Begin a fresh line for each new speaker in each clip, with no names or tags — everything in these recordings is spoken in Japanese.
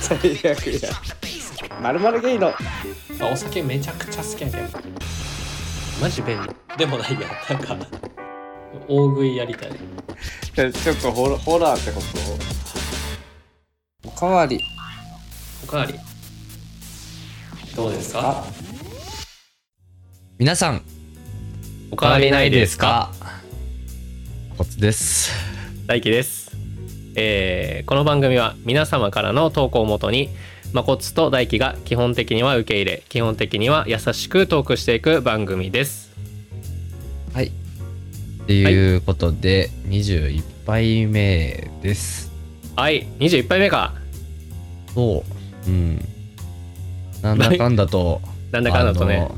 最悪や。まるまるゲイの。
あお酒めちゃくちゃ好きやけどマジ便利でもないやなんか大食いやりたい
ちょっとホラホラーってことおかわり。
おかわりどうですか
あ
皆さんおかわりないですかコツです
大輝です、えーこの番組は皆様からの投稿をもとにまこつと大輝が基本的には受け入れ基本的には優しくトークしていく番組です
はいっていうことで、21杯目です
はい21杯目か
そううんなんだかんだと
なんだかんだと
あ
ね
の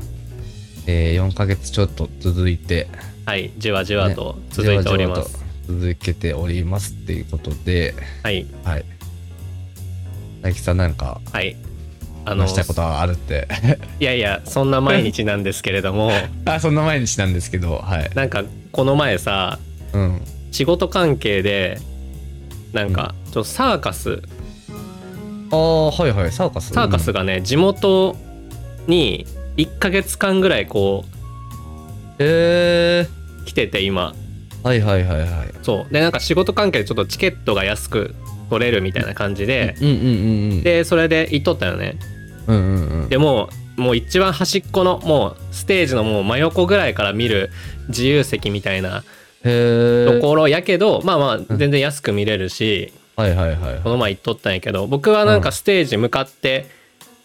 えー、4ヶ月ちょっと続いて
はいじわじわと 続いております、
じわじわと続けておりますっていうことで
はい
はい大吉さんなんか
はいあの
話したことはあ るって
いやいやそんな毎日なんですけれども
あそんな毎日なんですけどはい
なんかこの前さ
うん
仕事関係でなんかちょっとサーカス
ああはいはいサーカス
サーカス
が、
がね地元に1ヶ月間ぐらいこ
え
う来てて今
ー、はいはいはいはい
そうでなんか仕事関係でちょっとチケットが安く取れるみたいな感じで、
うんうんうんうん
でそれで行っとったよね
うんうんうん
でもうもう一番端っこのもうステージのもう真横ぐらいから見る自由席みたいな
へ
と
え
ころやけど、まあまあ全然安く見れるし、
はいはいはい
この前行っとったんやけど僕はなんかステージ向かって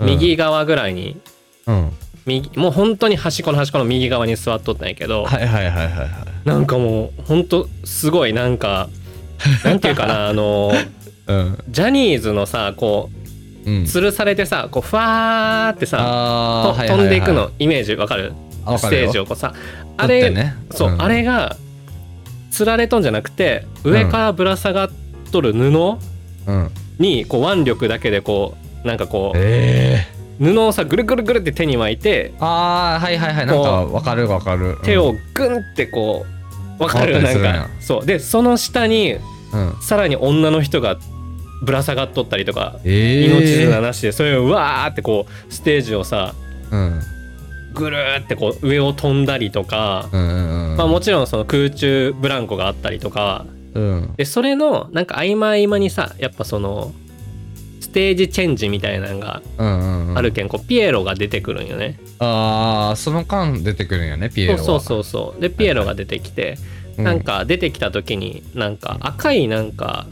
うん
右側ぐらいに、
うん
右もう本当に端っこの端っこの右側に座っとったんやけど、
はいはいはいはいはい
なんかもう本当すごいなんかなんていうか なあの
うん
ジャニーズのさこ
うん
う吊るされてさこうふわーってさ
あ
と
ーはいはい
飛
はい
んでいくのイメージわかる
あわ
ス
かる
テ
よ
ージをこうさあ
だっ
れ、
てね
そう、
ん
あれが吊られとんじゃなくて上からぶら下がっとる布、
うん
にこう腕力だけでこうなんかこう
ええ
布をさぐるぐるぐるって手に巻いて
ー、ああはいはいはいなんかわかるわかるうん
手をグンってこうわかる
回っ
な
たり
ん
するんや
かそうでその下に
うん
さらに女の人がぶら下がっとったりとか
ええー、
命綱なしでそれをうわーってこうステージをさ
うん
ぐるーってこう上を飛んだりとか
うんうんうん
まあもちろんその空中ブランコがあったりとか
うん
でそれのなんか合間合間にさやっぱそのステージチェンジみたいなのが
うんうんうん
あるけんこうピエロが出てくるんよね。
ああその間出てくるんやねピエロは
そうそうそうそうでピエロが出てきて、
うん
なんか出てきた時になんか赤いなんか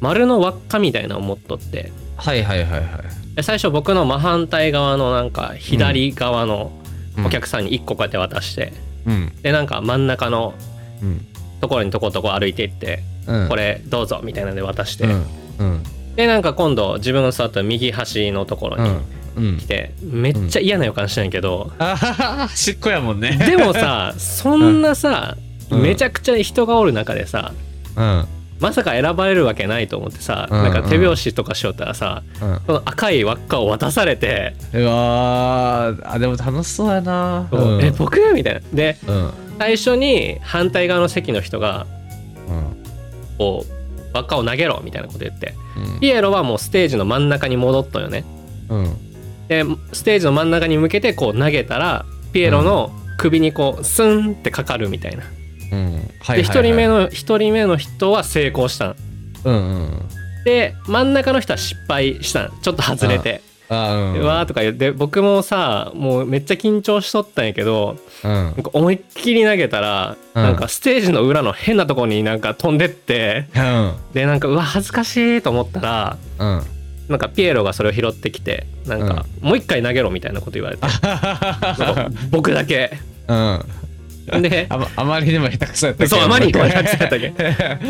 丸の輪っかみたいなのを持っとって
はいはいはいはい
で最初僕の真反対側のなんか左側の
うん
お客さんに1個こうやって渡して、
うん
でなんか真ん中の
うん
ところにとことこ歩いていって、
うん
これどうぞみたいなので渡して、
うんうん
でなんか今度自分の座った右端のところ
う
に
んうん
来て、めっちゃ嫌な予感したんやけど、
あははしっこやもんね
でも さそんなさ、
うん
めちゃくちゃ人がおる中でさ、
うんうん
まさか選ばれるわけないと思ってさ、
うん
なんか手拍子とかしよったらさその赤い輪っかを渡されて
うわーあでも楽しそうやな
「え僕?」みたいな。で
うん
最初に反対側の席の人が
うん
こう輪っかを投げろみたいなこと言って
うん
ピエロはもうステージの真ん中に戻っとんよね。
うん
でステージの真ん中に向けてこう投げたらピエロの首にこうスンってかかるみたいな。
うんはいはいはい
で1人目の一人目の人は成功したん。
うんうん
で真ん中の人は失敗したんちょっと外れて。
あうん
うわーとか言って僕もさもうめっちゃ緊張しとったんやけど
うん
なんか思いっきり投げたら、
うん
なんかステージの裏の変なとこになんか飛んでって
うん
でなんかうわ恥ずかしいと思ったら
うん
なんかピエロがそれを拾ってきてなんか、もう一回投げろみたいなこと言われ てなんか僕だけ
うん
で
あまあまりにも下手くそやったけど
そうあまりにも下手くそやった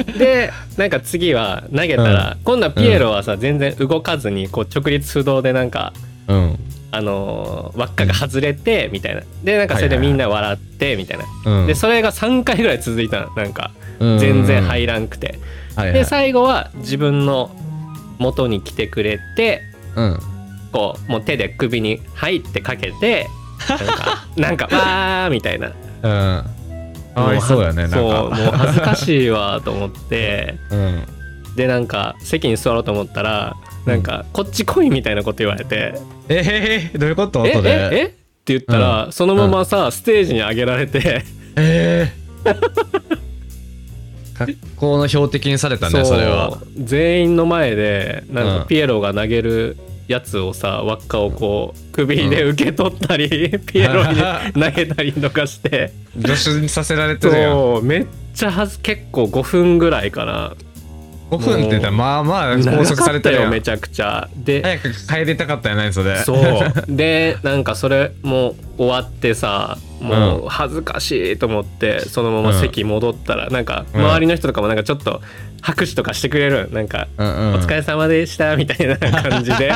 け でなんか次は投げたら、今度はピエロはさ全然動かずにこう直立不動でなんか
うん
あのー輪っかが外れてみたいなでなんかそれでみんな笑ってみたいな、
うん
でそれが3回ぐらい続いたのなんか
うん
全然入らんくて、
はいはい
で最後は自分の元に来てくれて
うん
こうもう手で首に「はい」ってかけてなん かなんか「わー」みたいな
うんかわいそうやねなん
そうもう
か
恥ずかしいわと思って
うん
でなんか席に座ろうと思ったらなんか、こっち来いみたいなこと言われて
えー、どういうこ
「
と
ええ
それ
えって言ったら、そのままさ、ステージに上げられて
えー格好の標的にされたね
う
それは
全員の前でなん
う
か
ん
ピエロが投げるやつをさ輪っかをこう首で受け取ったり、 ピエロに投げたりとか して
助手にさせられてるやん
そうめっちゃはず結構5分ぐらいかな
5分って言ったらまあまあ拘
長
束さ
か
れ
った
てる
よ
や
め
ん
ちゃくちゃで
早く帰りたかったよねそれ
そうでなんかそれも終わってさもう恥ずかしいと思ってそのまま席戻ったら、なんか
うん
周りの人とかもなんかちょっと拍手とかしてくれるなんか
うんうん
お疲れ様でしたみたいな感じ で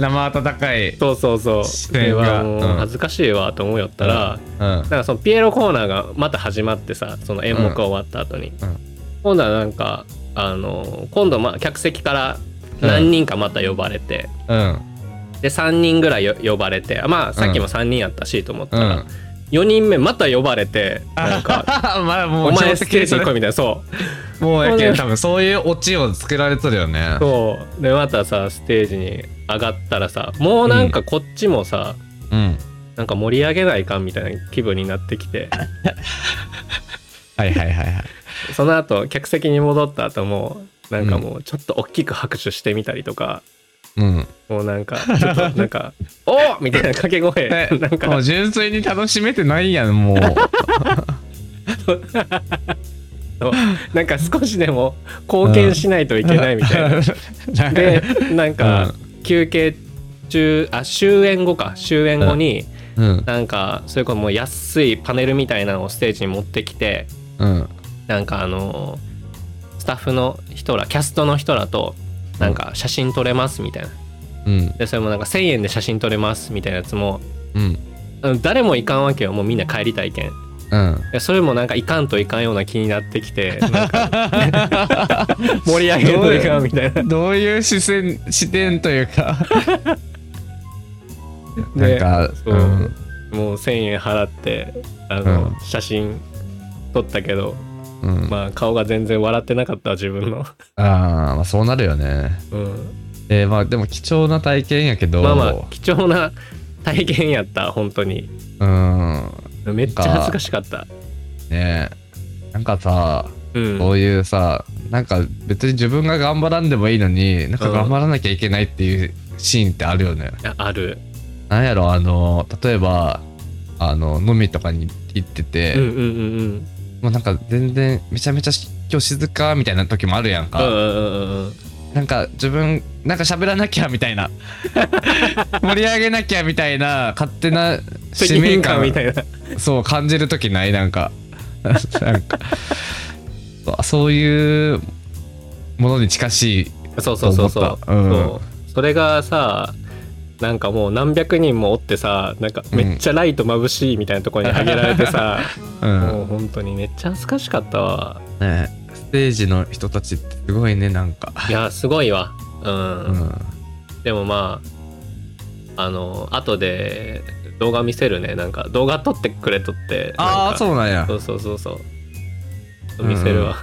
生温かい
そうそうそう
視
これ
点が
はもう
うん
恥ずかしいわと思いよったら、
うん
なんかそのピエロコーナーがまた始まってさその演目が終わった後に、
うんうん
今度はなんかあの今度まあ客席から何人かまた呼ばれて、
うん
で3人ぐらいよ呼ばれてまあさっきも3人やったしと思った
う
ら、
ん
4人目また呼ばれてなん か
まあ
「
もう
お前
標
ス
的
テー
に
ジ
さ
に来い」
れ
みたいなそう
もうやけ
そうんね
多分そういうオチをつけられとるよね
そうでまたさステージに上がったらさもうなんかこっちもさ、
うん
なんか盛り上げないかんみたいな気分になってきて
はいはいはいはい
その後客席に戻った後もなんかもうちょっと大きく拍手してみたりとか、
うん
もうなんかちょっとなんか 「おーみたいな掛け声
え
なん
も
か
う純粋に楽しめてないやんもう
なんか少しでも貢献しないといけないみたいな。でなんか休憩中あ終演後か終演後に
うん
なんかそれこそもう安いパネルみたいなのをステージに持ってきて
うん
なんかあのスタッフの人らキャストの人らとなんか写真撮れますみたいな
うん
でそれもなんか1,000円で写真撮れますみたいなやつも
うん
うん誰も行かんわけよもうみんな帰りたいけん
うん
でそれもなんか行かんといかんような気になってきてなんか 盛り上げんといかんみたいな
どういう視線視点というかな
で
んか
そううんもう1,000円払ってあの、
うん
写真撮ったけど
うん
まあ顔が全然笑ってなかった自分 の、
あーまあそうなるよね
うん、
えーまあでも貴重な体験やけど
まあまあ貴重な体験やった本当に
うん
めっちゃ恥ずかしかった
ねえなんかさ
うん
こういうさなんか別に自分が頑張らんでもいいのになんか
うん
頑張らなきゃいけないっていうシーンってあるよね、
あある
なんやろあの例えばあの飲みとかに行ってて、
うんうんうんうん
もうなんか全然めちゃめちゃ今日静かみたいな時もあるやん
うんう
か、
んうんうん
なんか自分なんか喋らなきゃみた いな盛り上げなきゃみたいな勝手な使
責
命
任感
感
みたいな
そう感じる時ないなんか なんかそうそういうものに近しい
そうそうそう
思
そ
っ
う,、
たうん
そうそれがさなんかもう何百人もおってさなんかめっちゃライト眩しいみたいなところに上げられて さ、
うん
もう本当にめっちゃ恥ずかしかった わ
ねステージの人たちってすごいねなんか
いやすごいわうん、
うん
でもまああの後で動画見せるねなんか動画撮ってくれとって
ああ
う
そうなんや
そうそうそうそう見せるわ、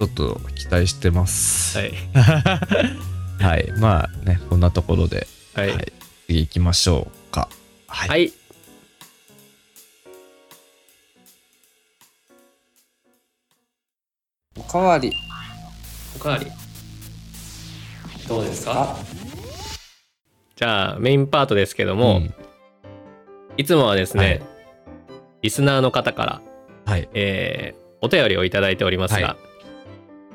ちょっと期待してます
はい
はい、まあねこんなところで
はい
はい次行きましょうかはい、
はい
おかわり
おかわりどうです
あ
かじゃあメインパートですけども、
うん
いつもはですね、
はい
リスナーの方から、
はい
えーお便りをいただいておりますが、
は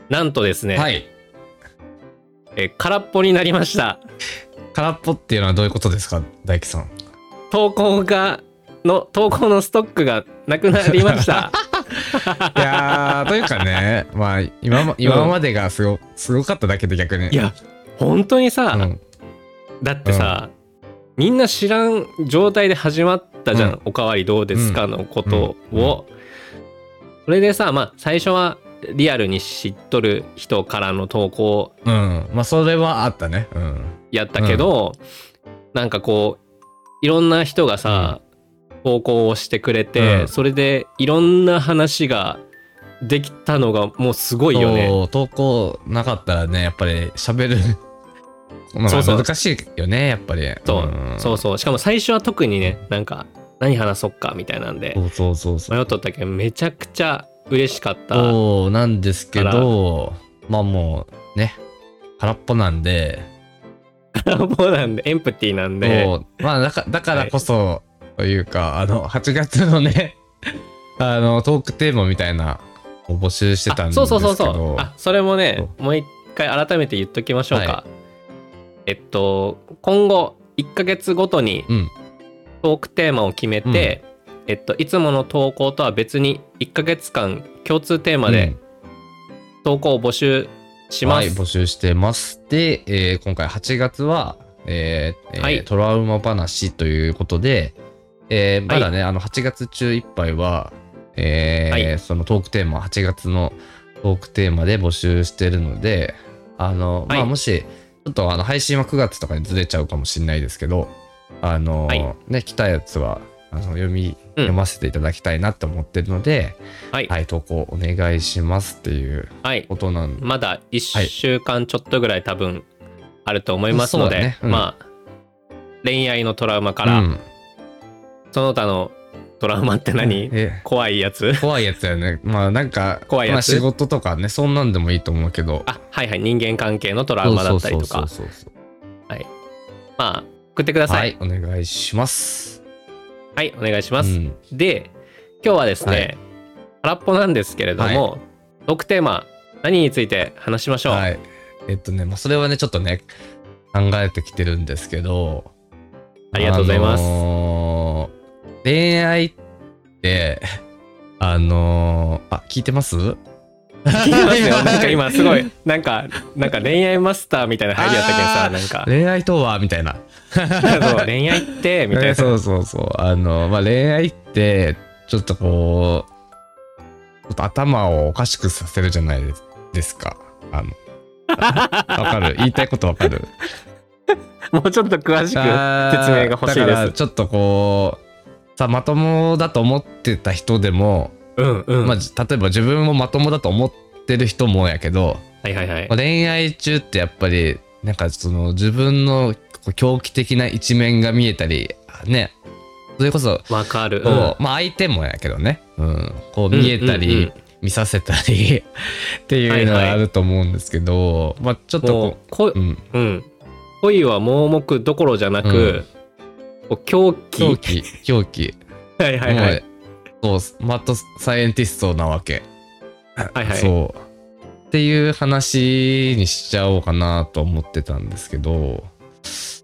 なんとですね、
はい
えー空っぽになりました
空っぽっていうのはどういうことですか大樹さ ん
投稿がの投稿のストックがなくなりました
いやーというか ねまあ今ま今までがすごすごかっただけで逆に
いや本当にさ、
うん
だってさ、みんな知らん状態で始まったじゃん「
うん
おかわりどうですか?」のことを、それでさまあ最初はリアルに知っとる人からの投稿
うんまあそれはあったねうん
やったけど、なんかこういろんな人がさ、投稿をしてくれて、
うん
それでいろんな話ができたのがもうすごいよね。
そう投稿なかったらねやっぱり喋る の
そう
が
そう
難しいよねやっぱり
そう
うん
そうそうしかも最初は特にねなんか何話そっかみたいなんで
そうそうそうそう
迷っとったけどめちゃくちゃ嬉しかった
そうなんですけどまあもうね空っぽなんで
もうなんでエンプティなんで
そうまあだかだからこそというかあの8月のね あのトークテーマみたいなを募集してたん
あ
ですけ
そ
ど
うそうそうそうあそれもね
そ
もう一回改めて言っときましょうか、えっと今後1ヶ月ごとに
うん
トークテーマを決めて、えっと、いつもの投稿とは別に1ヶ月間共通テーマ
うん
で投稿を募集します、
はい、募集してます。で、えー今回8月は、えーえー
はい
トラウマ話ということで、えー
はい
まだね、あの8月中いっぱいは、えー
はい
そのトークテーマ、8月のトークテーマで募集してるので、あの、ま
は
あ、
い
もし、ちょっとあの配信は9月とかにずれちゃうかもしれないですけど、あの、
はい
ね、来たやつは、あの読み、
うん
読ませていただきたいなと思ってるので、
はい
はい、投稿お願いしますっていう
はい
ことなんで
まだ1週間ちょっとぐらい多分あると思いますので、
そうだねうん
まあ恋愛のトラウマから、
うん
その他のトラウマって何
え
怖いやつ
怖いやつだよね。 まあなんか、
怖いやつ
まあ仕事とかね、そんなんでもいいと思うけど。
あはいはい人間関係のトラウマだったりとか
そうそうそうそう
まあ送ってくださ
はいい、お願いします。
はい、お願いします、
うん
で今日はですね、
はい
空っぽなんですけれども、トークテーマ何について話しましょう、
はい。えっとね、まあそれはね、ちょっとね、考えてきてるんですけど。
ありがとうございます
のー恋愛って、あのーあ、聞いてます聞
聞き
い
ますよ なんか今すごいなんかなんか恋愛マスターみたいな入りやったけどさ
あー
なんか
恋愛とはみたいな。
そう恋愛ってみたいな
そうそうそうあのまあ恋愛ってちょっとこうちょっと頭をおかしくさせるじゃないですですかあの わかる言いたいことわかる
もうちょっと詳しく説明が欲しい
だから
です。
ちょっとこうさまともだと思ってた人でも、
うんうん。
まあ、じ例えば自分もまともだと思ってる人もやけど、
はいはいはい
まあ。恋愛中ってやっぱりなんかその自分のこう狂気的な一面が見えたりねそれこそ
わかる。うん
こうまあ相手もやけどね、うん、こう見えたり、
うんうんうん
見させたり っていうの
はいは
が
い
あると思うんですけど、まあちょっと
もう
こ
こ
う、うん、
うん、恋は盲目どころじゃなく、こう狂気。
狂気狂気
はいはいはい。
もうそうマットサイエンティストなわけ、
はいはい。
そうっていう話にしちゃおうかなと思ってたんですけど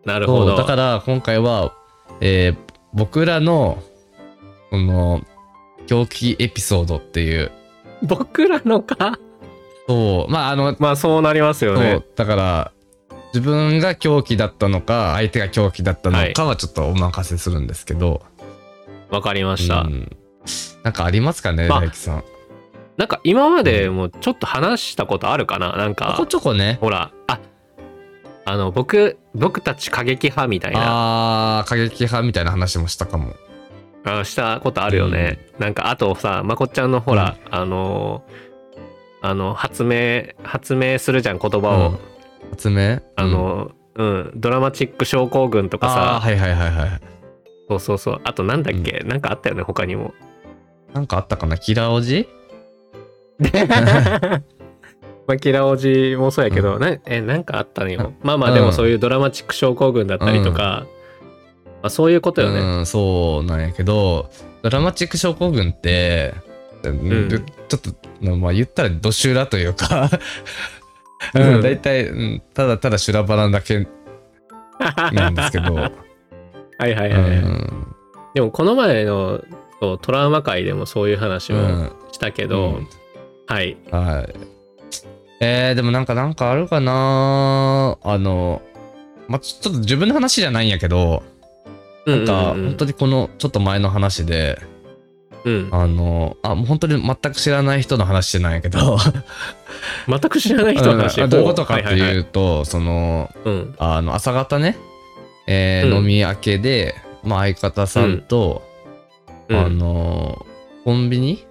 なるほ
そ
ど。
うだから今回は、えー僕らのこの狂気エピソードっていう
僕らのか。
そうまああの
まあそうなりますよ
そ
ね
う。だから自分が狂気だったのか相手が狂気だったのかはちょっとお任せするんですけど、
わかりました。
うんなんかありますかね
まあ
大輝さん
なんか今までもちょっと話したことあるかななん
ちょ
か
こ、ちょこね
ほら、ああの、僕、僕たち過激派みたいな、
あー過激派みたいな話もしたかも
あしたことあるよね。なんかあとさまこっちゃんのほら、あのーあの発明発明するじゃん言葉を、
うん発明
あのうん、ドラマチック症候群とか
あ
さ
あーはいはいはいはい
そうそうそうあとなんだっけ、なんかあったよね他にも
なんかあったかなキラおじ
まあキラおじもそうやけど、
うん
なえなんかあったのよ
う
まあまあ
うん
でもそういうドラマチック症候群だったりとか、まあ、そういうことよね、
うんそうなんやけどドラマチック症候群って、
ん
ちょっとまあ言ったらど修羅というか
うん
うん、大体、うん、ただただ修羅場なだけなんですけど、
はいうはいはい、
ん
でもこの前のそうトラウマ界でもそういう話
う
を
ん
したけど、
うん
はい
はいえー、でもなんかなんかあるかなあの、まあ、ちょっと自分の話じゃないんやけど
な
なんか本当にこのちょっと前の話で、
うん、
あのあもう本当に全く知らない人の話してないんやけど
全く知らない人の話
うんあどういうことかって
ははいは
うと、その
うん
あの朝方ね、えー
うん
飲み明けで、まあ、相方さんと、
うん
あのコンビニ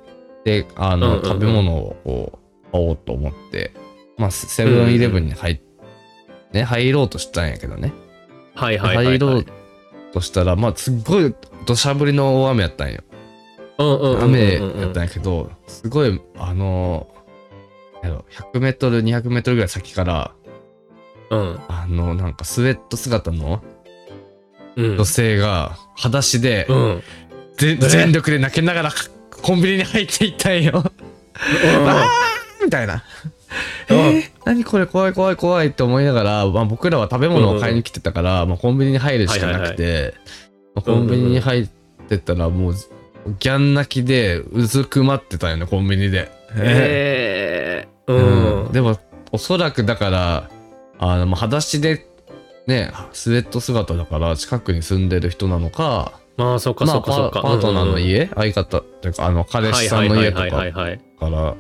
で、あ
うんう
の、
んうん
食べ物をこう、買おうと思って、まあ、セセブンイレブンに入っ、ね、入ろうとしたんやけどね。
はいはいはい、はい。
入ろうとしたら、まあ、すっごい土砂降りの大雨やったんよ。
うんうんうんうんうん
雨やったんやけど、すごい、あの、なんやろ100メートル、200メートルぐらい先から、
うん。
あの、なんかスウェット姿の
うん
女。性が、裸足で、
うん。
ぜ
え
全力で泣きながらコンビニに入っていった んよ。みたいな。え
うん
ー、何これ怖い怖い怖いって思いながら、まあ、僕らは食べ物を買いに来てたから、まあ、コンビニに入るしかなくて、まあコンビニに入ってったらもうギャン泣きでうずくまってたよねコンビニで。
ええ
うん
うん。
でもおそらくだからあのまあ裸足でねスウェット姿だから近くに住んでる人なのか
まあ、そっか
ま
そ
あ
っかそ
パ
っか。
パートナーの
うんうん
家、相方というかあの彼氏さんの家と
はい
か
はいはいはいはい。
から、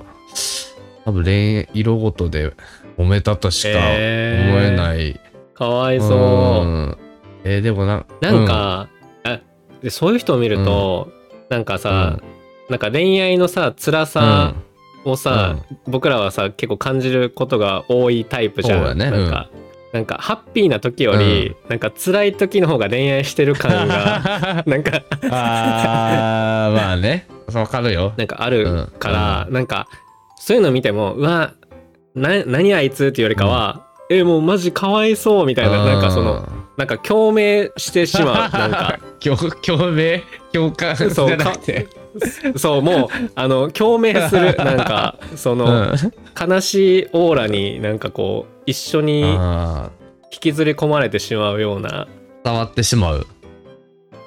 多分恋色ごとで揉めたとしか思えない。
かわ
え
いそう。
えーでもな、
なんか、あでそういう人を見ると、なんかさ、なんか恋愛のさ、辛
う ん、
さをさ、僕らはさ結構感じることが多いタイプじゃん
そうだね
なんか、なんかハッピーな時より、なんか辛い時の方が恋愛してる
うん、
感が なんか
あー、まあね、そうわかるよ。
なんかあるから、なんかそういうの見てもうわな何あいつっていうよりかは、えもうマジかわいそうみたいな、なんかそのなんか共鳴してしまう なんか
共共鳴共感じ
そう
ゃなくて、
そうもうあの共鳴するなん かそうの、
ん、
悲しいオーラになんかこう一緒に
あー
引きずり込まれてしまうような
伝わってしまう。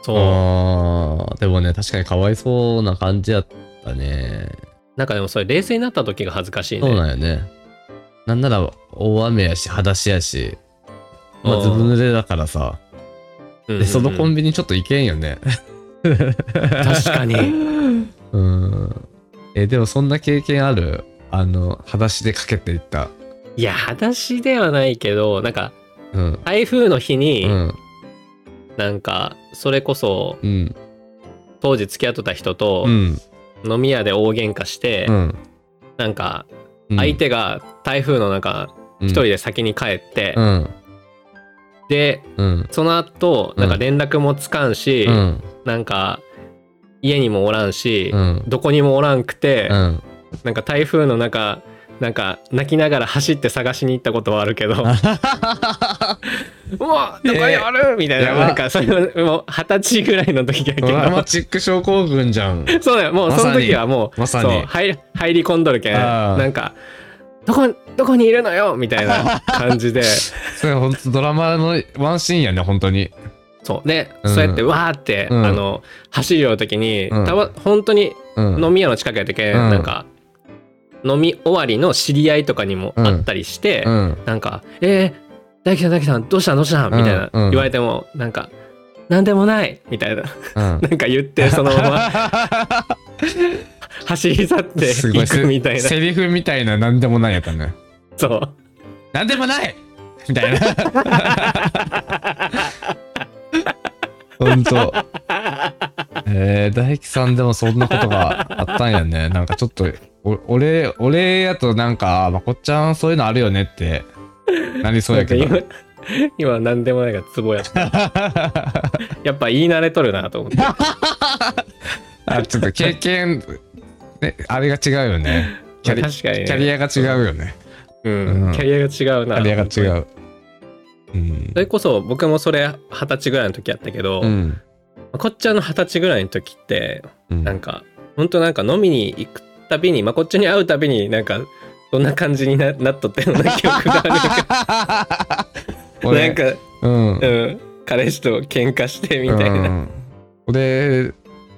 そう
あーでもね確かにかわいそうな感じやったね。
なんかでもそれ冷静になった時が恥ずかしいね
そうなんよね。なんなら大雨やし、裸足やし、ま
う
あ
ん
ずぶ濡れだからさ、
うんうんう
で、
ん
そのコンビニちょっと行けん よね。
確かに
うん。え、でもそんな経験あるあの、裸足でかけていった。
いや裸足ではないけどなんか
うん。
台風の日に、
うん。
なんかそれこそ
うん。
当時付き合ってた人と
うん。
飲み屋で大喧嘩して、
うん。
なんか
うん
相、手が台風の中
一
一人。で先に帰って、
うん。
で
うん。
その後なんか連絡もつかんし、
うん。
なんか家にもおらんし、
うん。
どこにもおらんくて、
うん。
なんか台風の中なんか泣きながら走って探しに行ったことはある けどうわどこにある、みたいな
やば
なんかそれはもう二十歳ぐらいの時だけど
ドラマチック症候群じゃん。
そうだよもう
ま
そ
さに
の時はもう,、
まさに
そう入り入り込んどるけん
あー
なんかどこどこにいるのよみたいな感じ で
それ本当ドラマのワンシーンやね、本当に。
そうで、
うん
そうやってわーって、
うん
あの走るよう時に、
うん
たま本当に
うん。
飲み屋の近くやったけん、
うん
なんか飲み終わりの知り合いとかにもあったりして、
うん。
なんか「えー、大樹さん大樹さんどうしたんどうしたん?」みたいな
うんうん
言われてもなんか「なんでもない」みたいな
うん。
なんか言ってそのまま走り去って
すご
い
い
くみたいな
セリフみたいな何でもないやったね
そう
何でもないみ たいな本当えー、大樹さんでもそんなことがあったんやねなんかちょっとお俺俺やとなんかあまこっちゃんそういうのあるよねってなりそうやけど
なんか今今何でもないがツボやった やっぱ言い慣れとるなと思って
あちょっ と経験、ね、あれが違うよねキャリ
確かに、ね、
キャリアが違うよね
うん
うん
キャリアが違う
キ
な
ャリアが違
う
ううん
それこそ僕もそれ二十歳ぐらいの時やったけど、
うん
こっちゃんの二十歳ぐらいの時って
うん
なんか本当なんか飲みに行くたびにまあこっちに会うたびになんかそんな感じにななっとったような記憶がある
俺
なんか、
うん
うん、彼氏と喧嘩してみたいな、
うん、俺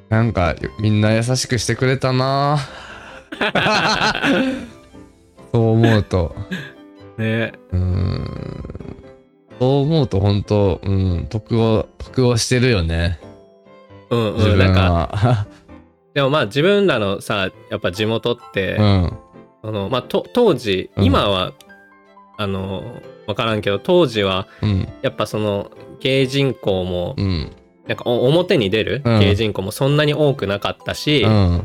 なんかみんな優しくしてくれた なそう思うと
ね
うんそう思うと本当うん得を得をしてるよね
うん
自
うんなん
分
か
は、
でもまあ自分らのさやっぱ地元って、
うん
あのまあ、と当時
うん
今は、あの分からんけど当時は
うん
やっぱその芸人口も
うん
なんかお表に出る
うん
芸人口もそんなに多くなかったし、
うん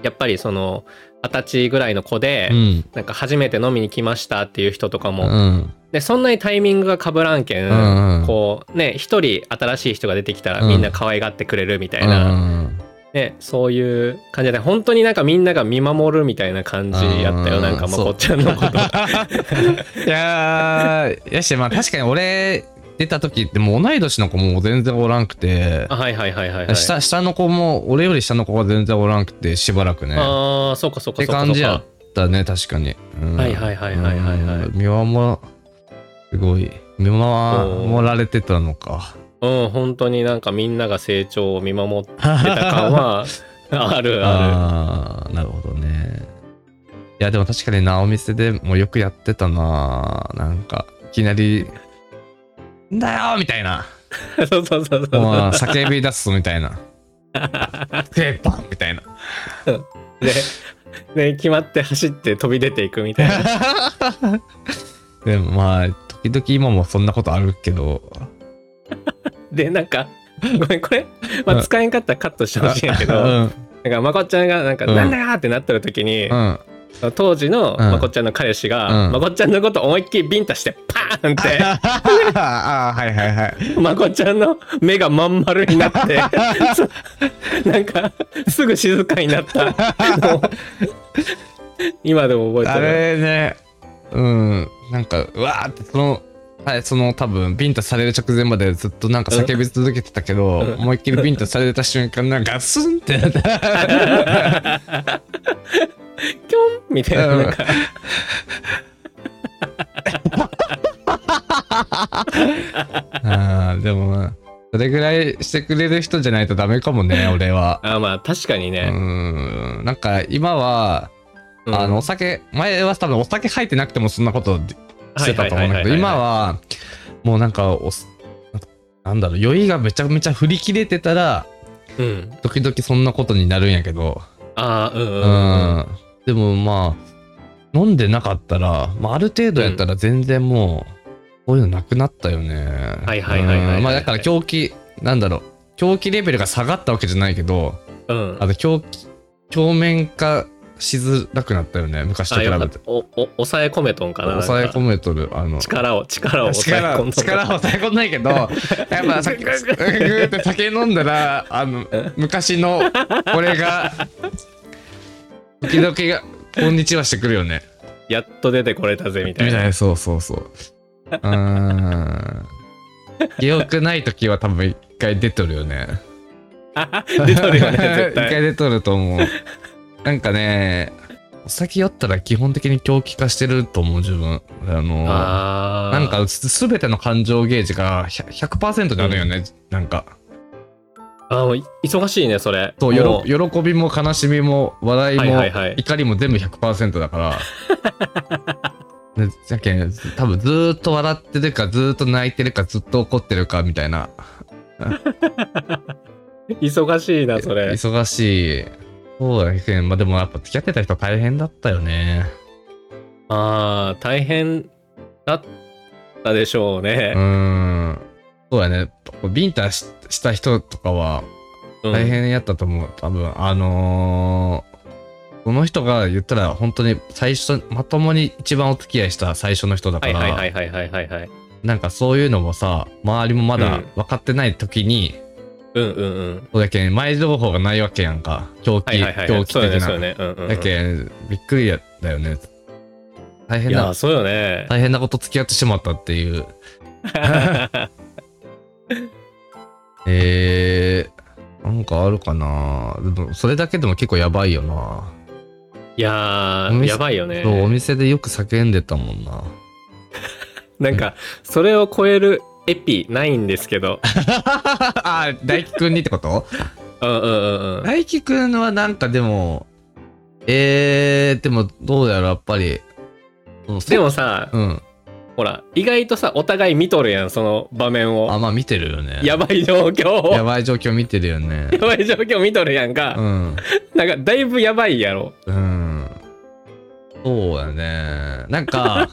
やっぱりその二十歳ぐらいの子で、
うん。
なんか初めて飲みに来ましたっていう人とか
う
も、
ん。
でそんなにタイミングがかぶらんけん、
うんうん
こうね一人新しい人が出てきたら
うん
みんな可愛がってくれるみた
う
いな、
ん。
ね、そういう感じで本当になんかみんなが見守るみたいな感じやったよ、
うん
なんかま
そう
こっちゃんのこと。
いやー、やし、まあ確かに俺、出た時ってもう同い年の子も全然おらんくて
あ、はいはいはい はい、はい。
下、下の子も、俺より下の子が全然おらんくて、しばらくね。っ
ああそうかそうか
て
そうか
感じ
そう
や
か
っ。たね、確かに。うん
はいはいはいはいはいはい
うん見守、すごい、見守られてたのか。
うん本当になんかみんなが成長を見守ってた感 はあるあ
ああーなるほどねいやでも確かになお店でもよくやってたななんかいきなり「んだよ!」みたいな
る。 そうそうそうそう。
もう叫び出すみたいな「クレーパン!」みたいな
でで決まって走って飛び出ていくみたい な。
でもまあ時々今もそんなことあるけど
でなんかごめんこれ、まあ、使えんかったらカットしてほしいんやけど、
うんうん
なんかまこっちゃんがなんか「
うん
なんだよ!」ってなってる時 に、
うん
当時の
うん
まこっちゃんの彼氏が、
うん
まこっちゃんのこと思いっきりビンタしてパーンっ
ああはいはいはい
てまこっちゃんの目がまん丸になって そうなんかすぐ静かになった のを今でも覚
あ
えてる。
れね、うん、なんか、うわーって、その、はい、その多分、ビンタされる直前までずっとなんか叫び続けてたけど、
うん
思いっきりビンタされた瞬間、なんかガスンってなって、
キョンみたいな
うん
なんか
あーでもまあ、それぐらいしてくれる人じゃないとダメかもね、俺は。
あまあ確かに
う
ね、
ん、なんか今は、
うん
あの、お酒、前は多分お酒入ってなくてもそんなことしてたと思うんだけど、今は、もうなんかお、なんだろう、酔いがめちゃめちゃ振り切れてたら、
うん
時々そんなことになるんやけど、
ああうんうん
う
うん
ん、でもまあ飲んでなかったら、まあ、ある程度やったら全然もうこういうのなくなったよね
はいはいはいはいはい
うんまあだから狂気なんだろう狂気レベルが下がったわけじゃないけど
うん
あの狂気表面化しづらくなったよね昔と
あ
比
よか
べ
ってたおお抑え込めとんかななんか
抑え込めとるあの
力を力を抑え
力
込
を
んとんか
力を抑え込んな いけどやっぱさっきぐーって酒飲んだらあの昔の俺が時々が「こんにちは」してくるよね
やっと出てこれたぜみ
み
た
た
い
い
な
なそうそうそううーん記憶ない時は多分一回出とるよね
出とるよね絶
一
対
回出とると思うなんかねお酒酔ったら基本的に狂気化してると思う自分あの
あー
なんかすべての感情ゲージが100 100%になるよね、なんか
あーもうい忙しいねそれ
そう
も
よろ喜びも悲しみも笑いも、
はいはいはい
怒りも全部100%だか らでじゃけん多分ずーっと笑ってるかずーっと泣いてるかずっと怒ってるかみたいな
忙しいなそれ
忙しいそうだけんまあでもやっぱ付き合ってた人大変だったよね
あー大変だったでしょう
う
ね、
ーんそうだねビンタしした人とかは
うん
大変やったと思う、多分あのーこの人が言ったら本当に最初まともに一番お付き合いした最初の人だか
はい
ら、
はいはいはいはいはいはい
なんかそういうのもさ周りもま
う
だ
ん
分かってない時に、
うんうんうん
そうだけん前情報がないわけやんか狂
はい
気、
はいはいは
狂
い
気
そうよ
的
ね
な
そうよねうんうんうん
だけんびっくりやったよね大
い
変
や
な
そうよね
大変なこと付き合ってしまったっていうえー、なんかあるかなでもそれだけでも結構やばいよない
や
お
ー
店
やばいよね
そうお店でよく叫んでたもんな。
なんかそれを超えるエピないんですけ ど
あ大輝くんにってこと
うんうんうんうん
大輝くんはなんかでも、えー、でもどうやらやっぱり。うん
でも、さ、
うん。
ほら意外とさお互い見とるやんその場面を
あ、まあ見てるよね。
やばい状況を
やばい状況見てるよね。
やばい状況見とるやん
う
か、
ん。
なんかだいぶやばいやろ
うん。そうやね。なん か、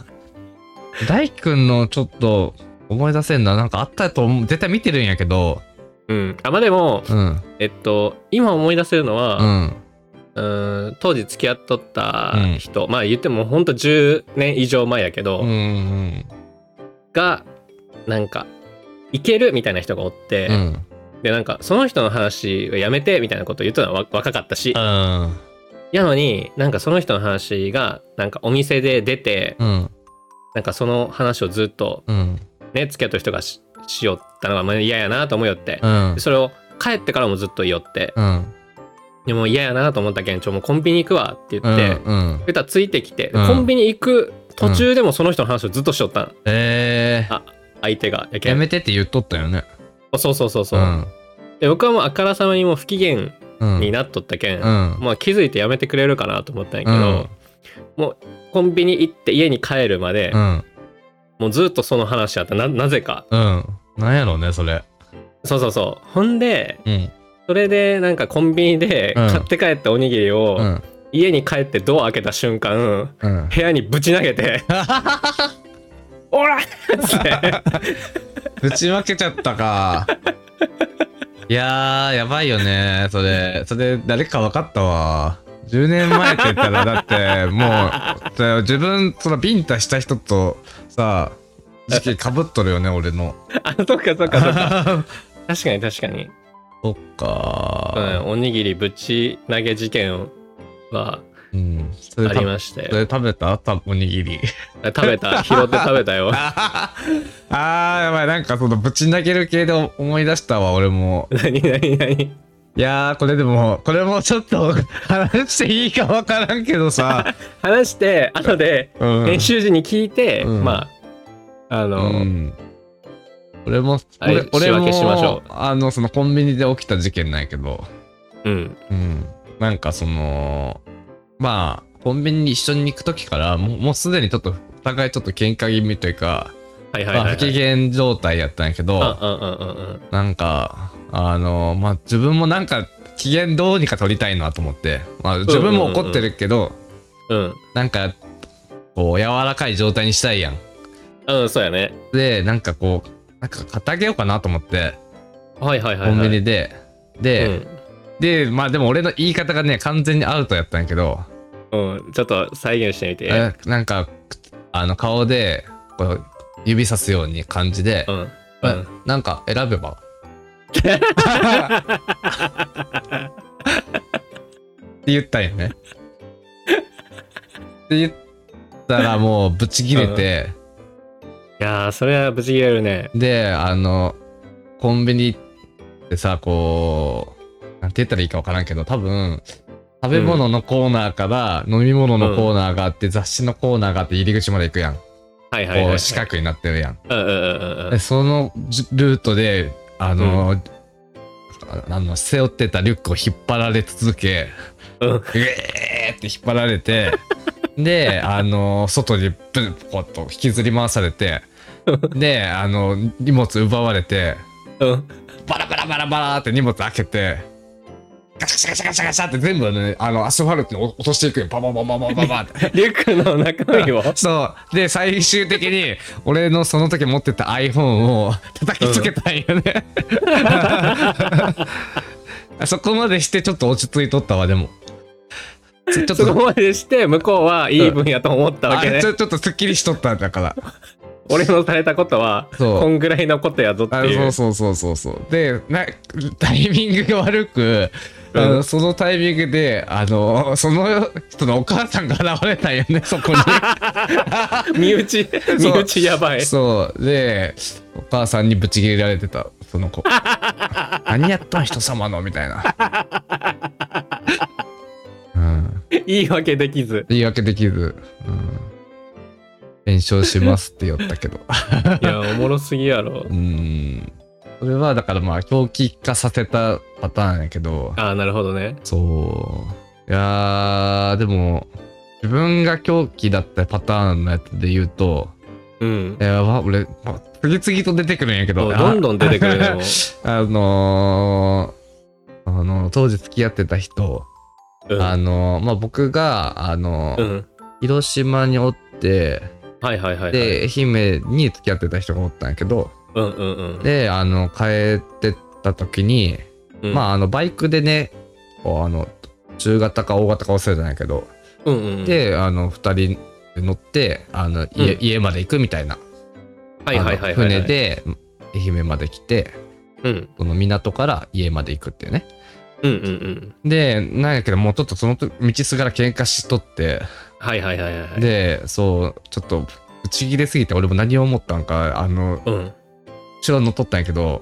大輝くんのちょっと思い出せんな。なんかあったと思う。絶対見てるんやけど。
うんあまあでも
うん。
えっと今思い出せるのは、
うん。
うん当時付き合っとった人、まあ言ってもほんと10年以上前やけど、
うんうん
がなんかいけるみたいな人がおって、
うん
でなんかその人の話はやめてみたいなこと言ってたのは若かったし、
うん
やのになんかその人の話がなんかお店で出て、
うん
なんかその話をずっと
うん
ね付き合った人がししよったのがまあ嫌やなと思いよって、
うん
でそれを帰ってからもずっと言いよって、
うん
でも嫌やなと思ったけんちょもうコンビニ行くわって言って、
うん
そしたらついてきて、で
うん
コンビニ行く途中でもその人の話をずっとしよったん
え
あ相手がや
ー、
けん
やめてって言っとったよね。
そうそうそうそう、
ん
で僕はもうあからさまにもう不機嫌
うん
になっとったけん、
うん
まあ、気づいてやめてくれるかなと思ったんやけ
うん
ど、もうコンビニ行って家に帰るまで、
うん
もうずっとその話やったななぜか
うんなんやろうねそれ
そうそうそうほんで
うん
それでなんかコンビニで
うん
買って帰ったおにぎりを、
うん
家に帰ってドア開けた瞬間
うん
部屋にぶち投げ て「おら!」っつって
ぶちまけちゃっ たかいやーやばいよねそれそれ誰か分かったわ10年前って言ったらだってもうそ れ自分そのビンタした人とさ時期かぶっとるよね俺の
あそっかそっかそっか 確かに確かに、
そっ
う
か
ん、おにぎりぶち投げ事件は
うんそ
あ
れた
りま して
それ食べたたおにぎり
食べた拾って食べ たよ
あーやばいなんかそのぶち投げる系で思い出したわ俺も
何何何
いやーこれでもこれもちょっと話していいか分からんけどさ、
話して後で
うん、
練習時に聞いて、
うん
まああ
う
の、
ん俺も
はい
俺俺
仕
も
分けしましょう
あのそのコンビニで起きた事件なんやけど、
うん、
うん、なんかそのまあコンビニに一緒に行く時からもうもうすでにちょっとお互いちょっと喧嘩気味というか、
はいはいはい、
ま
は
あ
い。
不機嫌状態やったんやけ
う
ど、
んうんうんうんうん。
なんか、あの、まあ、自分もなんか、機嫌どうにか取りたいなと思って、まあ、自分も怒ってるけど、
うん。
なんか、こう、柔らかい状態にしたいやん。
うん、そうやね。
で、なんかこう、なんか、買ってあげようかなと思って、
はいはいはい、
コ
はい。
ンビニで。で、で、まあ、でも俺の言い方がね、完全にアウトやったんやけど、
うん、うん。ちょっと再現してみて。
えなんか、あの、顔で、こう、指さすように感じで
う、ん。う
え
ん。
なんか選べばって言ったんよね。って言ったらもうブチ切れて、
いやー、それはぶち切れるね。
であのコンビニってさこうなんて言ったらいいか分からんけど多分食べ物のコーナーから飲み物のコーナーがあって、雑誌のコーナーがあって入り口まで行くやん、
はいはいはい、
こ
は
う
い。
四角になってるやん。
うんうんうんう
で
ん。
そのじルートで、あのーああの、背負ってたリュックを引っ張られ続け、
うん
うえーって引っ張られて、で、あのー外にブンポコッと引きずり回されて、で、あの荷物奪われて、
うん。
バラバラバラバラって荷物開けて、ガシャガシャガシャガシャって全部ね、あの、アスファルトに落としていくよ。バババババババって。
リュックの中身を。
そう。で、最終的に、俺のその時持ってた iPhone を叩きつけたんよね。そこまでしてちょっと落ち着いとったわ、でも。ちょちょっ、
そことまでして、向こうはいい分やと思ったわ
あ
けね
ち。ょちょっとすっきりしとったんだから。
俺のされたことは、
そう
こんぐらいのことやぞって
あ
いう。
そうそうそうそうそうでなタイミングが悪く、あの
うん
そのタイミングであのその人のお母さんが現れたんよねそこに
身内、身内やばい。
そうでお母さんにぶち切れられてた その子何やったん人様のみたいな、うん、
言い訳できず。
言い訳できず、うん、弁償しますって言った けど
いや、おもろすぎやろ
う。んそれはだからまあ狂気化させたパターンやけど
ああ、なるほどね。
そう。いやー、でも、自分が狂気だったパターンのやつで言うと、
うん。
えー、わ俺、ま次々と出てくるんやけど、
そうどんどん出てくるね。
あ
もう
あのー、あの当時付き合ってた人、
うん
あのーまあ、僕が、あのー
うん。
広島におって、
はいはいはい、はい。
で、愛媛に付き合ってた人がおったんやけど、
うんうんうん。
で、あの、帰ってった時に、
うん、
まあ、あの、バイクでね、こうあの、中型か大型か忘れてないけど、
うんうん。、
であの2人で乗ってあの家,、
うん
家まで行くみたいな、
はいはいはいはい、
あの船、で愛媛まで来て
うん、
その港から家まで行くっていうね
うんうんうん。
でなんやけどもうちょっとその時道すがら喧嘩しとって
はいはいはいはい。、
でそうちょっと打ち切れすぎて俺も何を思ったんかあの
うん。うん
後ろに乗っとったんやけど、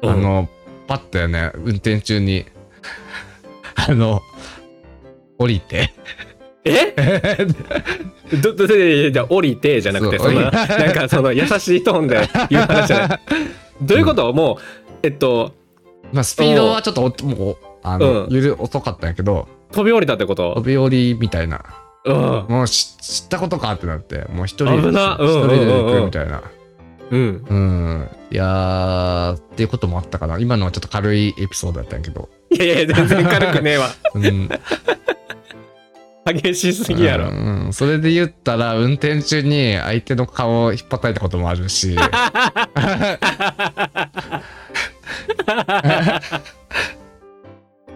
あ、のパッてね運転中に あの降りて
え ど、ど、ど、いやいや降りてじゃなくて、
そ
そうの、なんかその優しいトーンで言う話じゃ ない。どういうこともう、えっと、
まあスピードはちょっとおもうあの、
うん
ゆる遅かったんやけど
飛び降りたってこ
飛
と
び降りみたいな
うん。
もうし知ったことかってなってもう一人で
危なうん
一人で
うんうん
行
うん
くみたいな
うん。
うんいやーっていうこともあったかな今のはちょっと軽いエピソードだったんやけど
いやいや、全然軽くねえわ。
うん
激しすぎやろ。
うん、それで言ったら運転中に相手の顔を引っ叩いたこともある し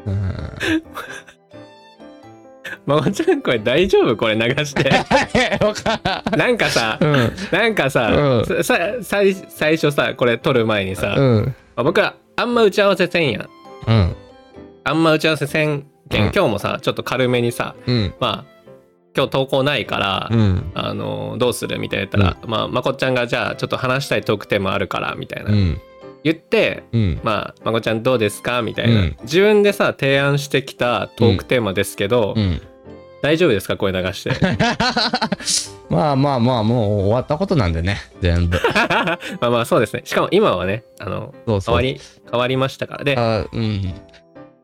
うん
まごちゃん、これ大丈夫これ流 して。
わから
なんかさ、
ん
なんかさ、
う
さ最最初さ、これ撮る前にさ、
うん
まあ僕らあんま打ち合わせせんやん。
うん
あんま打ち合わせせんけん、
うん
今日もさ、ちょっと軽めにさ、
うん
まあ、今日投稿ないから、
うん
あのどうするみたいな言ったら、まあ、まこっちゃんがじゃあちょっと話したいトークテーマあるからみたいな、
うん
言って、
うん
まあ、まこちゃんどうですかみたいな、
うん
自分でさ提案してきたトークテーマですけど、
うん
大丈夫ですか声流して
まあまあまあもう終わったことなんでね全部
まあまあそうですねしかも今はねあの
そうそ
変
う
わり変わりましたからで
あうん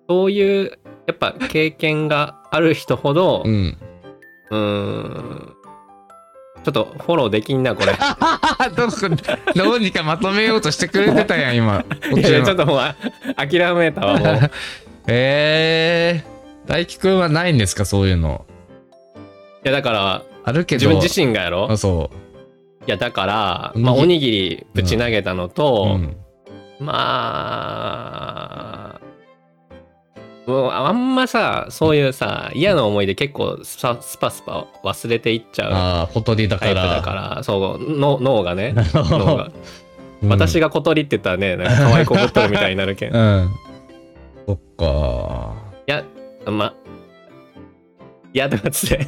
そういうやっぱ経験がある人ほど
う
うんーんちょっとフォローできんなこれ い
どうすんどうにかまとめようとしてくれてたやん今こ
や
っ
い
ち
やちょっ
の
ともうあ諦めた わもう
えー、大輝くんはないんですかそういうの
いやだから
あるけ
自
ど
分自身がやろ
あそ
いやだから、
おにぎり
まあ、おにぎりぶち投げたの
う、う
と、
ん、
まあもうあんまさそういうさ嫌な思いで結構スパスパスパ忘れていっちゃう
ああ小鳥だ
タイ
か
プ
ら
だからそうの脳がね 脳が、
うん
私が小鳥って言ったらねなんか可愛い子ぶっとるみたいになる けんい
うんそっか
やまいやとかつって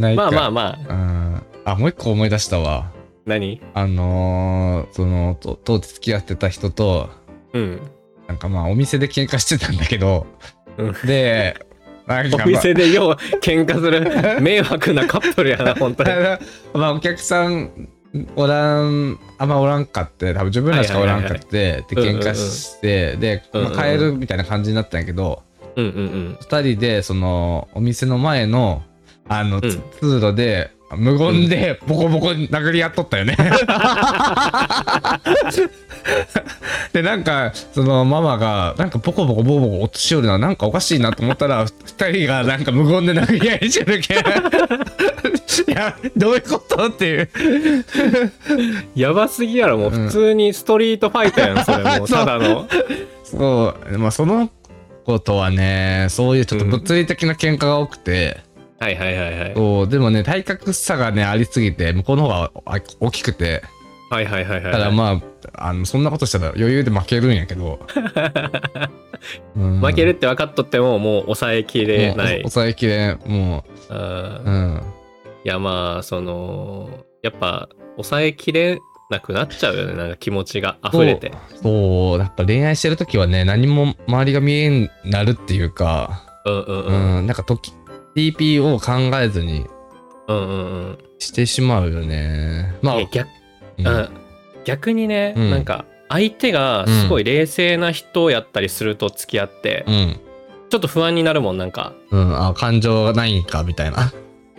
ない
まあまあ
あ
まあ
うんあもう一個思い出したわ
何
あのーそのと当時付き合ってた人と
うん
なんかまあお店で喧嘩してたんだけど、
うん
でなんか、まあ
お、店でよう喧嘩する迷惑なカップルやな本当に
まあお客さんおらんあんまおらんかって多分自分らしかおらんかって、
はいはい
で喧嘩して、で、
うんうん
まあ、帰るみたいな感じになったんやけど、
うんうんうん
二人でそのお店の前のあの、
ん
つ通路で無言でボコボコに殴り合っとったよね。でなんかそのママがなんかボコボコボコボコ落としよるななんかおかしいなと思ったら二人がなんか無言で殴り合いしてるけんいやどういうことっていう
やばすぎやろもう
うん
普通にストリートファイターやんそれもう
そう
ただの
そうまあそのことはねそういうちょっと物理的な喧嘩が多くて。
はいはいはいはい
そうでもね体格差がねありすぎて向こうの方があ大きくて
はいはいはい
ただ
は
まああのそんなことしたら余裕で負けるんや けど、うん
い負けるって分かっとってももう抑えきれな
もう
い
抑えきれんも
う
う、うんん、
いやまあそのやっぱ抑えきれなくなっちゃうよねなんか気持ちが溢れて
そうやっぱ恋愛してる時はね何も周りが見えんなるっていうか、
うんうん
う
うん
んなんか時 TP を考えずに
うんうんうん
してしまうよねまあ
いや逆
うん
うん逆にね
うん
なんか相手がすごい冷静な人やったりすると付き合って
うん、
ちょっと不安になるもんなんか
うん、あ感情がないんかみたいな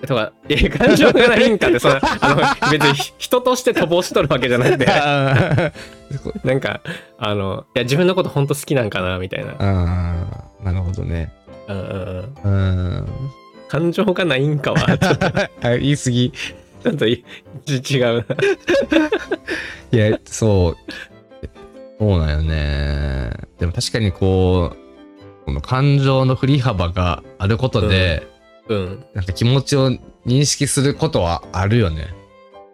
とか、え、感情がないんかって、その、あの、別にひ人として乏しとるわけじゃなくて、 なんか、あの、いや、自分のこと本当好きなんかな、みたいな。
あーなるほどね。
うんうんうん。
うん。
感情がないんかは、ちょっと、
あ言い過ぎ。
ちょっとい、 ち違うな。
いや、そう。そうなんよね。でも確かにこう、この感情の振り幅があることで、
うん
なんか気持ちを認識することはあるよね。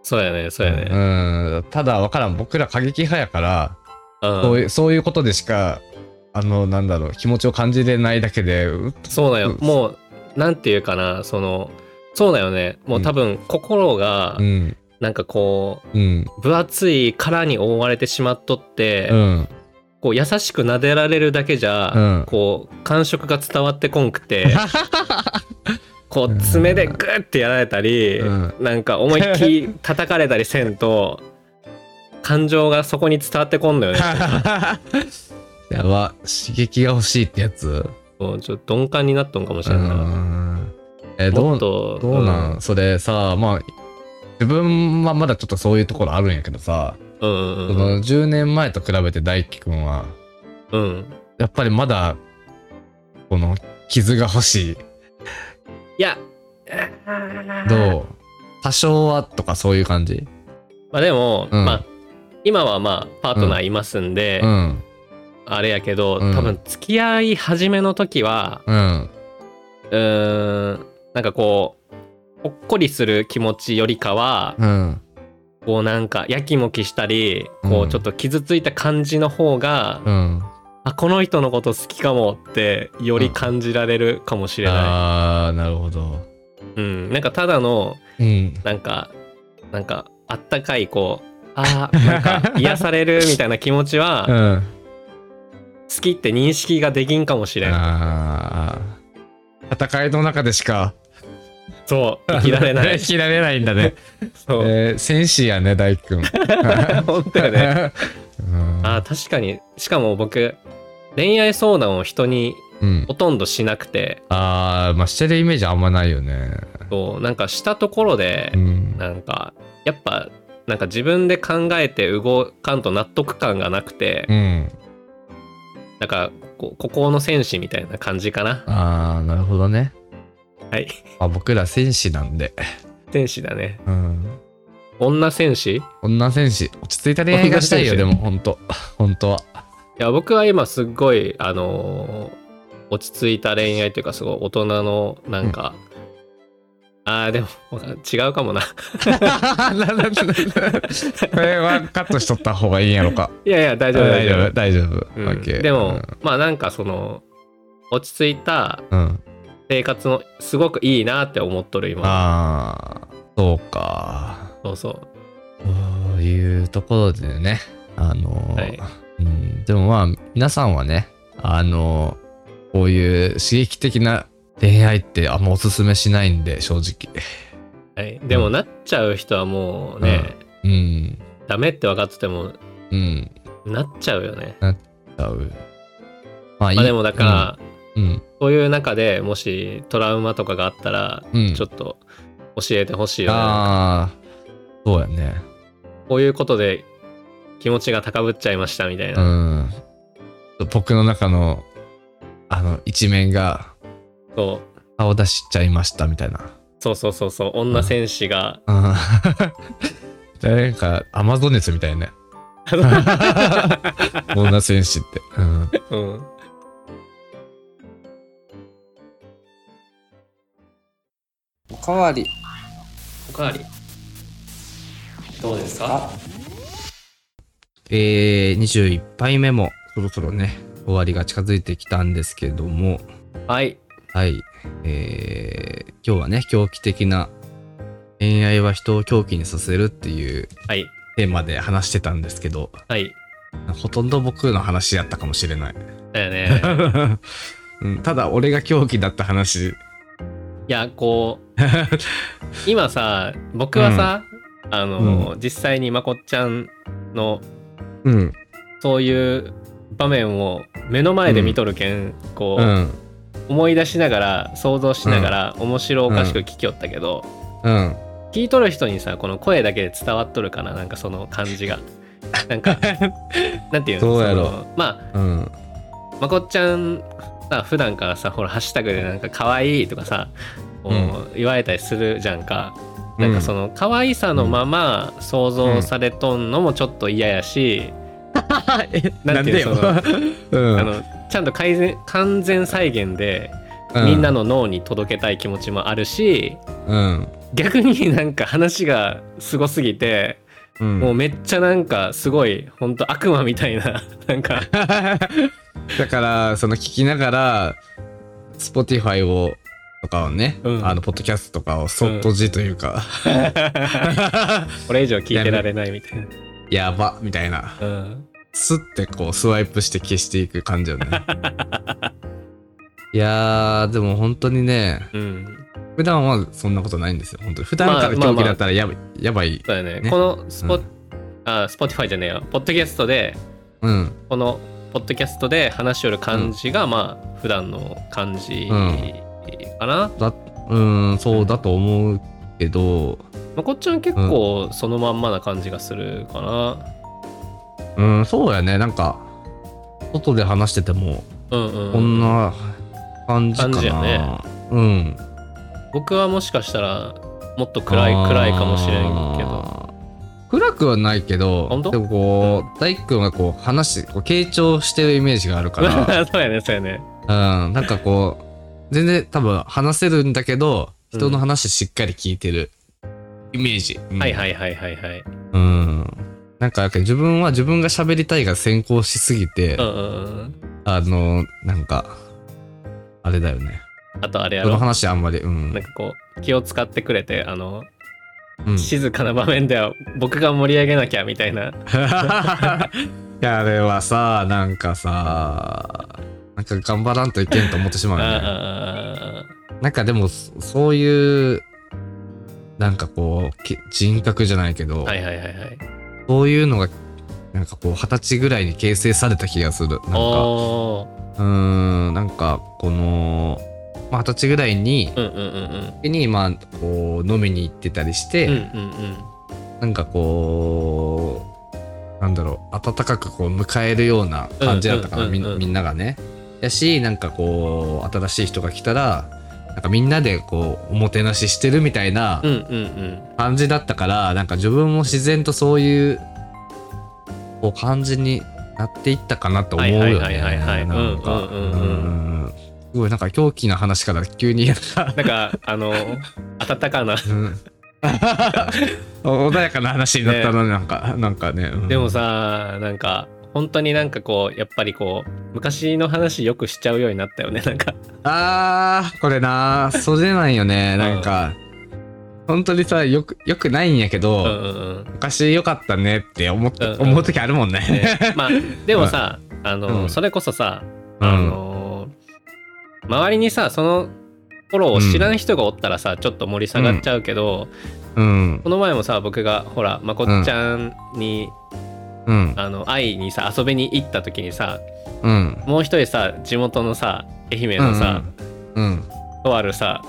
そうやねそうやね
うん、ただ分からん僕ら過激派やから、
うん
そういうそういうことでしかあのなんだろう気持ちを感じれないだけでう
そうだよ、
うん
もうなんていうかなそのそうだよねもう多分心が
うん
なんかこ
うん
う分厚い殻に覆われてしまっとって、
うん
こう優しく撫でられるだけじゃ、
うん
こう感触が伝わってこんく てこう爪でグッてやられたり、
うん
なんか思いっきり叩かれたりせんと感情がそこに伝わってこんのよ ね
やば刺激が欲しいってやつ
もうちょっと鈍感になっとんかもし
う
れんない、
んえど
も
う
っと
どうなん、それさまあ自分はまだちょっとそういうところあるんやけどさ、
うんうんう
そ
ん
の10年前と比べて大輝くんは
うん
やっぱりまだこの傷が欲しい
いや
どう多少はとかそういう感じ
まあでも、
うん
まあ今はまあパートナーいますんで、
うん
あれやけど、
うん
多分付き合い始めの時は
うん
うーんなんかこうほっこりする気持ちよりかは、
うん
こうなんかやきもきしたり
う
こう
ん
ちょっと傷ついた感じの方が、
うん
あこの人のこと好きかもってより感じられるかもしれな
ああなるほど
い、うんなんかただの
うん
なんかなんかあったかいこうあーなんか癒されるみたいな気持ちは、
うん
好きって認識ができんかもしれん
あー戦いの中でしか
そう生きられない
生きられないんだね、
そう、
えー、戦士やね大輝くん
本当よ ね
うん
あー確かにしかも僕恋愛相談を人に
うん
ほとんどしなくて
あーまあしてるイメージあんまないよね
そうなんかしたところで
う、ん
なんかやっぱなんか自分で考えて動かんと納得感がなくて、
うん
なんかこう孤高の戦士みたいな感じかな
ああなるほどね
はい
まあ僕ら戦士なんで
戦士だね
うん
女戦士い
女戦士落ち着いた恋愛がしたいよで
女
も本当本当は
や僕は今すっごいあのー落ち着いた恋愛というかすごい大人のなんか、ああでも違うかもな
これはカットしとった方がいいんやろか
いやいや大丈夫大丈夫
大丈夫
うん
OK
でも、まあなんかその落ち着いた
うんうん
生活のすごくいいなって思っとる今
ああそうか
そうそう
そういうところでねあの
は
ー
い
うんでもまあ皆さんはねあのーこういう刺激的な恋愛ってあんまおすすめしないんで正直
はい、でもなっちゃう人はもうね、
うん
ダメって分かってても
うん
なっちゃうよね。
だうまあいい
まあ、でもだから、
うん
そういう中でもしトラウマとかがあったら、
うん
ちょっと教えてほしいよね。
ああそうやね
こういうことで気持ちが高ぶっちゃいましたみたいうな。
ん僕の中のあの一面が
そう
顔出しちゃいましたみたいな
そうそうそうそう女戦士が、
うん なんかアマゾネスみたい ね女戦士って、うん、
うん、
おかわり
おかわりどうです
あ
か
えー、21杯目もそろそろね終わりが近づいてきたんですけども
はい
はい、えー、今日はね狂気的な恋愛は人を狂気にさせるっていう
はい
テーマで話してたんですけど
はい
ほとんど僕の話やったかもしれ ない、
だよ ね
うん、ただ俺が狂気だった話
いやこ う今さ僕はさ、あの、実際にまこっちゃんの
うん
そういう場面を目の前で見とるけん、こ
う
う、
ん
思い出しながら想像しながら、面白おかしく聞きよったけど、
うん
聞いとる人にさこの声だけで伝わっとるかななんかその感じ がなんかなんていうの
どうやろう
のま
うん
あまこっちゃんさ普段からさほらハッシュタグでなんか可愛いとかさこう
う
言われたりするじゃんか、なんかその可愛さのまま想像されとんのもちょっと嫌やし、
え
なんていう
なんでよ うん
あのちゃんと改善完全再現で
う
みんなの脳に届けたい気持ちもあるし、
うん
逆になんか話がすごすぎて、
うん
もうめっちゃなんかすごい本当悪魔みたいな なん か
だからその聞きながら Spotify をとかをね、
うん
あのポッドキャストとかをそっとじというか、
これ以上聞いてられないみたいな。
やばみたいな
うん、
スッてこうスワイプして消していく感 じよねいやーでも本当にね
うん
普段はそんなことないんですよ本当に普段か
まあ
ら
まあ
狂
まあ
気だったらやば,、やばい
そうだよね。
ね
このスポ、
うん
あ、スポティファイじゃねえよ。ポッドキャストで、
うん
このポッドキャストで話しよる感じが、まあ、普段の感じかな。
だうんそうだと思うけど
まあ、こっちは結構そのまんまな感じがするかな。
うんそうやねなんか外で話してても
うんうん。
こんな感じかな。
感じやね
うん。
僕はもしかしたら、もっと暗い、暗いかもしれんけど。
ど。暗くはないけど、
本当
でもこう、大工君がこう話して、こう傾聴してるイメージがあ るか
そうやね、そうやね。
ら、うん、なんかこう、全然多分話せるんだけど、
うん
人の話しっかり聞いてるイメージ。うん
はいはいはいはいはい。
うん。なんか自分は自分が喋りたいが先行しすぎて、
うんうんうん。
あの、なんか、あれだよね。
あとあれや
その
ろ。
話あんまり、うん
なん。かこう、気を使ってくれて、あの、
うん
静かな場面では僕が盛り上げなきゃみたいな。
いやあれはさなんかさなんか頑張らんといけんと思ってしまうよね
あ
なんかでもそそういうなんかこうけ人格じゃないけど、
あはいはいはいはい。
そういうのがなんかこう二十歳ぐらいに形成された気がするなん
お
か
お
うーんなんかこのまあ二十歳ぐらいに
ー。うんうんうん
にまあこう飲みに行ってたりして、
うん。うんうんうん。
なんかこう、なんだろう、温かくこう迎えるような感じだったか
う
ら、
んうん
み
うんうん
みんながね。やし、なんかこう、新しい人が来たら、なんかみんなでこう、おもてなししてるみたいな
うんうんうん。
感じだったから、なんか自分も自然とそういう、こう、感じになっていったかなと思うよね。
はいはいはいはいはい
なんか、
うんうんうんうん
うんすごいなんか狂気な話から急に、なんか
なんか、あ の、温かな。
うん 穏やかな話になったのね、なんか、なんかね。うん
でもさ、なんか、本当になんかこう、やっぱりこう、昔の話よくしちゃうようになったよね。なんか、
あー、これなー、それなんよね、
ん
なんか。本当にさ、よく、よくないんやけ
う
ど、
んうんうん。
昔よかったねって思った、
うんうん
思う時あるもんね。
ねまあ、でもさ、あ
う
の、
ん
それこそさ、
うん
あの、周りにさ、その、頃を知らん人がおったらさ、ちょっと盛り下がっちゃうけど、
うん。
この前もさ僕がほらまこっちゃんに、
うん。
あの会いにさ遊びに行った時にさ
うん。
もう一人さ地元のさ愛媛のさ、
うん。
とあるさ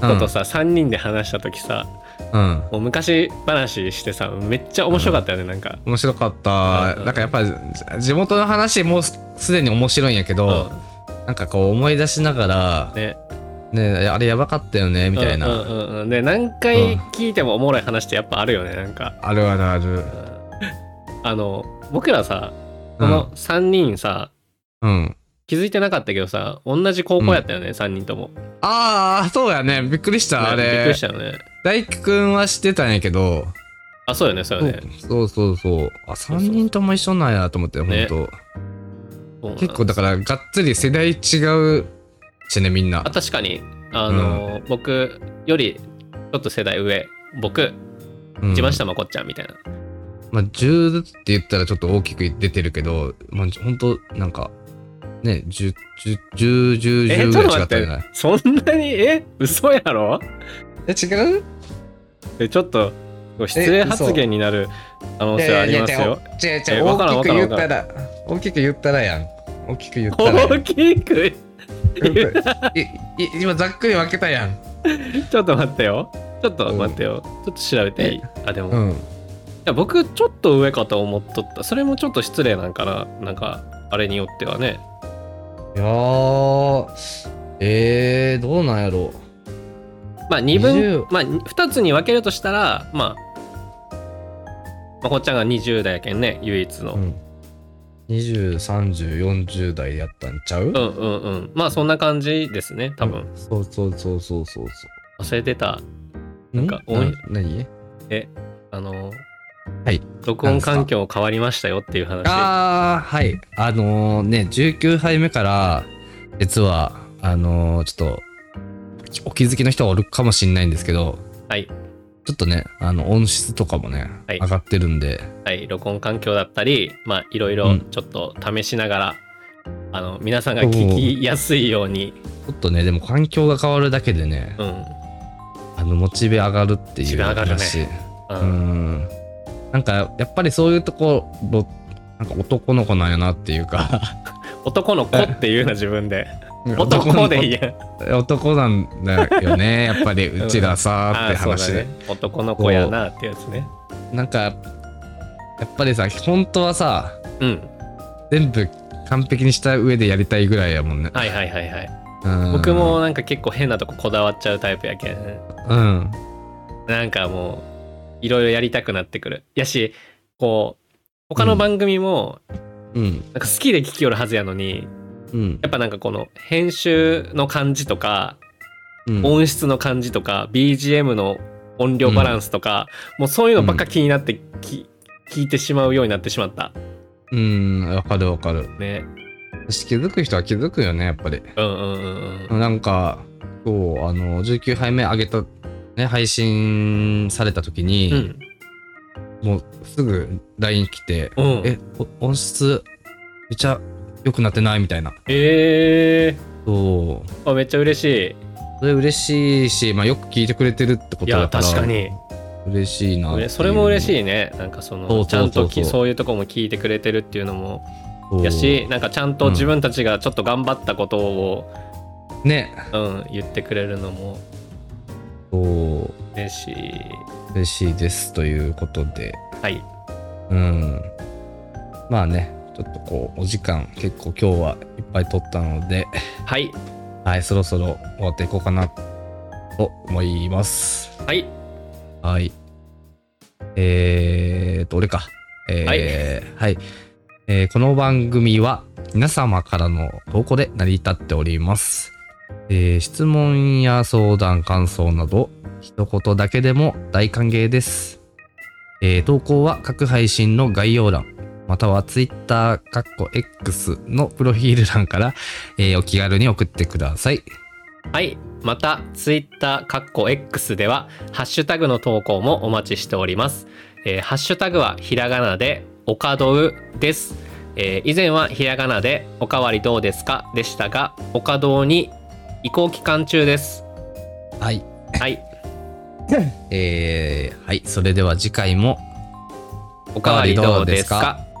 うん。
ことさ、3人で話した時さ
うん。
もう昔話してさめっちゃ面白かったよね、なんか。
面白かった。
うん
なんかやっぱ、地元の話もうすすでに面白いんやけど、
う
なんかこう思い出しながら
ん、ね、
ね、あれやばかったよね、みたいな。
うんうんうんうん、で何回聞いてもおもろい話ってやっぱあるよねなんか
あるあるある。
あの僕らさこの3人さ、
うん。
気づいてなかったけどさ同じ高校やったよね、3人とも
ああ、そうやね。びっくりした、あ
ねびっく
れ
りし。たよね
大輝くんは知ってたんやけど、
あそうよねそうよね
そうそうそう。あ、
うそう
3人とも一緒なんやと思って、
ね
ほんと。
そうなんです
結構だから、がっつり世代違うしね、みんな
あ。確かにあの、僕よりちょっと世代上僕
うん
自慢したまこっちゃんみたいな、
まあ、10って言ったらちょっと大きく出てるけど、まあ、ほんと、なんか、ね、10、10、10、10、
え
10
ちょっ
ぐ
と待
らい違
っ
った
て
よね。
そんなにえ嘘やろ
え、違う
えちょっと失礼発言になる可能性はありますよ
違う違う
えわからん
大きく言っ
わか
たら、大きく言ったらやん。大きく言ったらやん。
大きく言う
いい今、ざっくり分けたやん。
ちょっと待ってよちょっと待ってよ、ちょっと調べていいあでも、
う
い
ん。
や僕ちょっと上かと思っとったそれもちょっと失礼なんかななんかあれによってはね
いやー、えー、どうなんやろ
まあ2分
20、
まあ、2つに分けるとしたら、まあ、まこっちゃんが20代やけんね、唯一
う。
の。
うん。 203040代やったんちゃう、
うんうんうんまあそんな感じですね多分、
そうそうそうそうそうそ
忘れてた
う
なんか
な何
あの
はい
録音環境変わりましたよっていう話
ああはいあのーね19杯目から実はあのーちょっとお気づきの人がおるかもしれないんですけど
はい
ちょっとねあの音質とかもね、
はい
上がってるんで
はい、録音環境だったり、まあ、いろいうろ
ん
ちょっと試しながら、あの皆さんが聞きやすいように、
ちょっとねでも環境が変わるだけでね、
うん
あのモチベ上がるって
モ
い
チ
う
ベ上がるね
話
う
うんんなんかやっぱりそういうところなんか男の子なんやなっていうか
男の子っていうな自分で
の子
男で言え
男なんだ よねやっぱりうちらさーっ
あー
て
そう
話
だ
で、
ね男の子やなってやつね
なんかやっぱりさ本当はさ
うん
全部完璧にした上でやりたいぐらいやもんね、
はいはいはいはい
うん
僕もなんか結構変なとここだわっちゃうタイプやけん
うん
なんかもういろいろやりたくなってくるやしこう他の番組も
う
な
ん
んか好きで聞きよるはずやのに、
うん
やっぱなんかこの編集の感じとか
うん
音質の感じとか BGM の音量バランスとか、もうそういうのばっか気になってき、聞いてしまうようになってしまった
うんわかるわかる
ね
私気づく人は気づくよねやっぱり
うんうんうんうん
なんか今日あの19杯目上げた、ね、配信された時
う
に、
ん
もうすぐ LINE 来て「
うん
えお音質めちゃ良くなってない?」みたいな
え
そう
ー、あめっちゃ嬉しい
それ嬉しいし、まあ、よく聞いてくれてるってこ
い
と
や
だから
確かに
嬉しいな
ねそれも嬉
い
しいねなんかその
そう
ちゃ
そ
ん
うそ
と
うそう
きそういうとこも聞いてくれてるっていうのもやしなんかちゃんと自分たちがちょっと頑張ったことを、
ね
うん、言ってくれるのも
そう
嬉しい
嬉しいですということで
はい
うんまあねちょっとこうお時間結構今日はいっぱい取ったので
はい
はいそろそろ終わっていこうかなと思います
はい
はい。えーっと、俺か。えー、はい、えーこの番組は皆様からの投稿で成り立っております。えー質問や相談、感想など、一言だけでも大歓迎です。えー投稿は各配信の概要欄、または Twitter、かっこ X のプロフィール欄から、えーお気軽に送ってください。
はい。また、ツイッターかっこ X では、ハッシュタグの投稿もお待ちしております。えーハッシュタグはひらがなで、おかどうです。えー以前はひらがなで、おかわりどうですかでしたが、おかどうに移行期間中です。
はい。
はい。
えーはい。それでは次回も
おかわりどうですか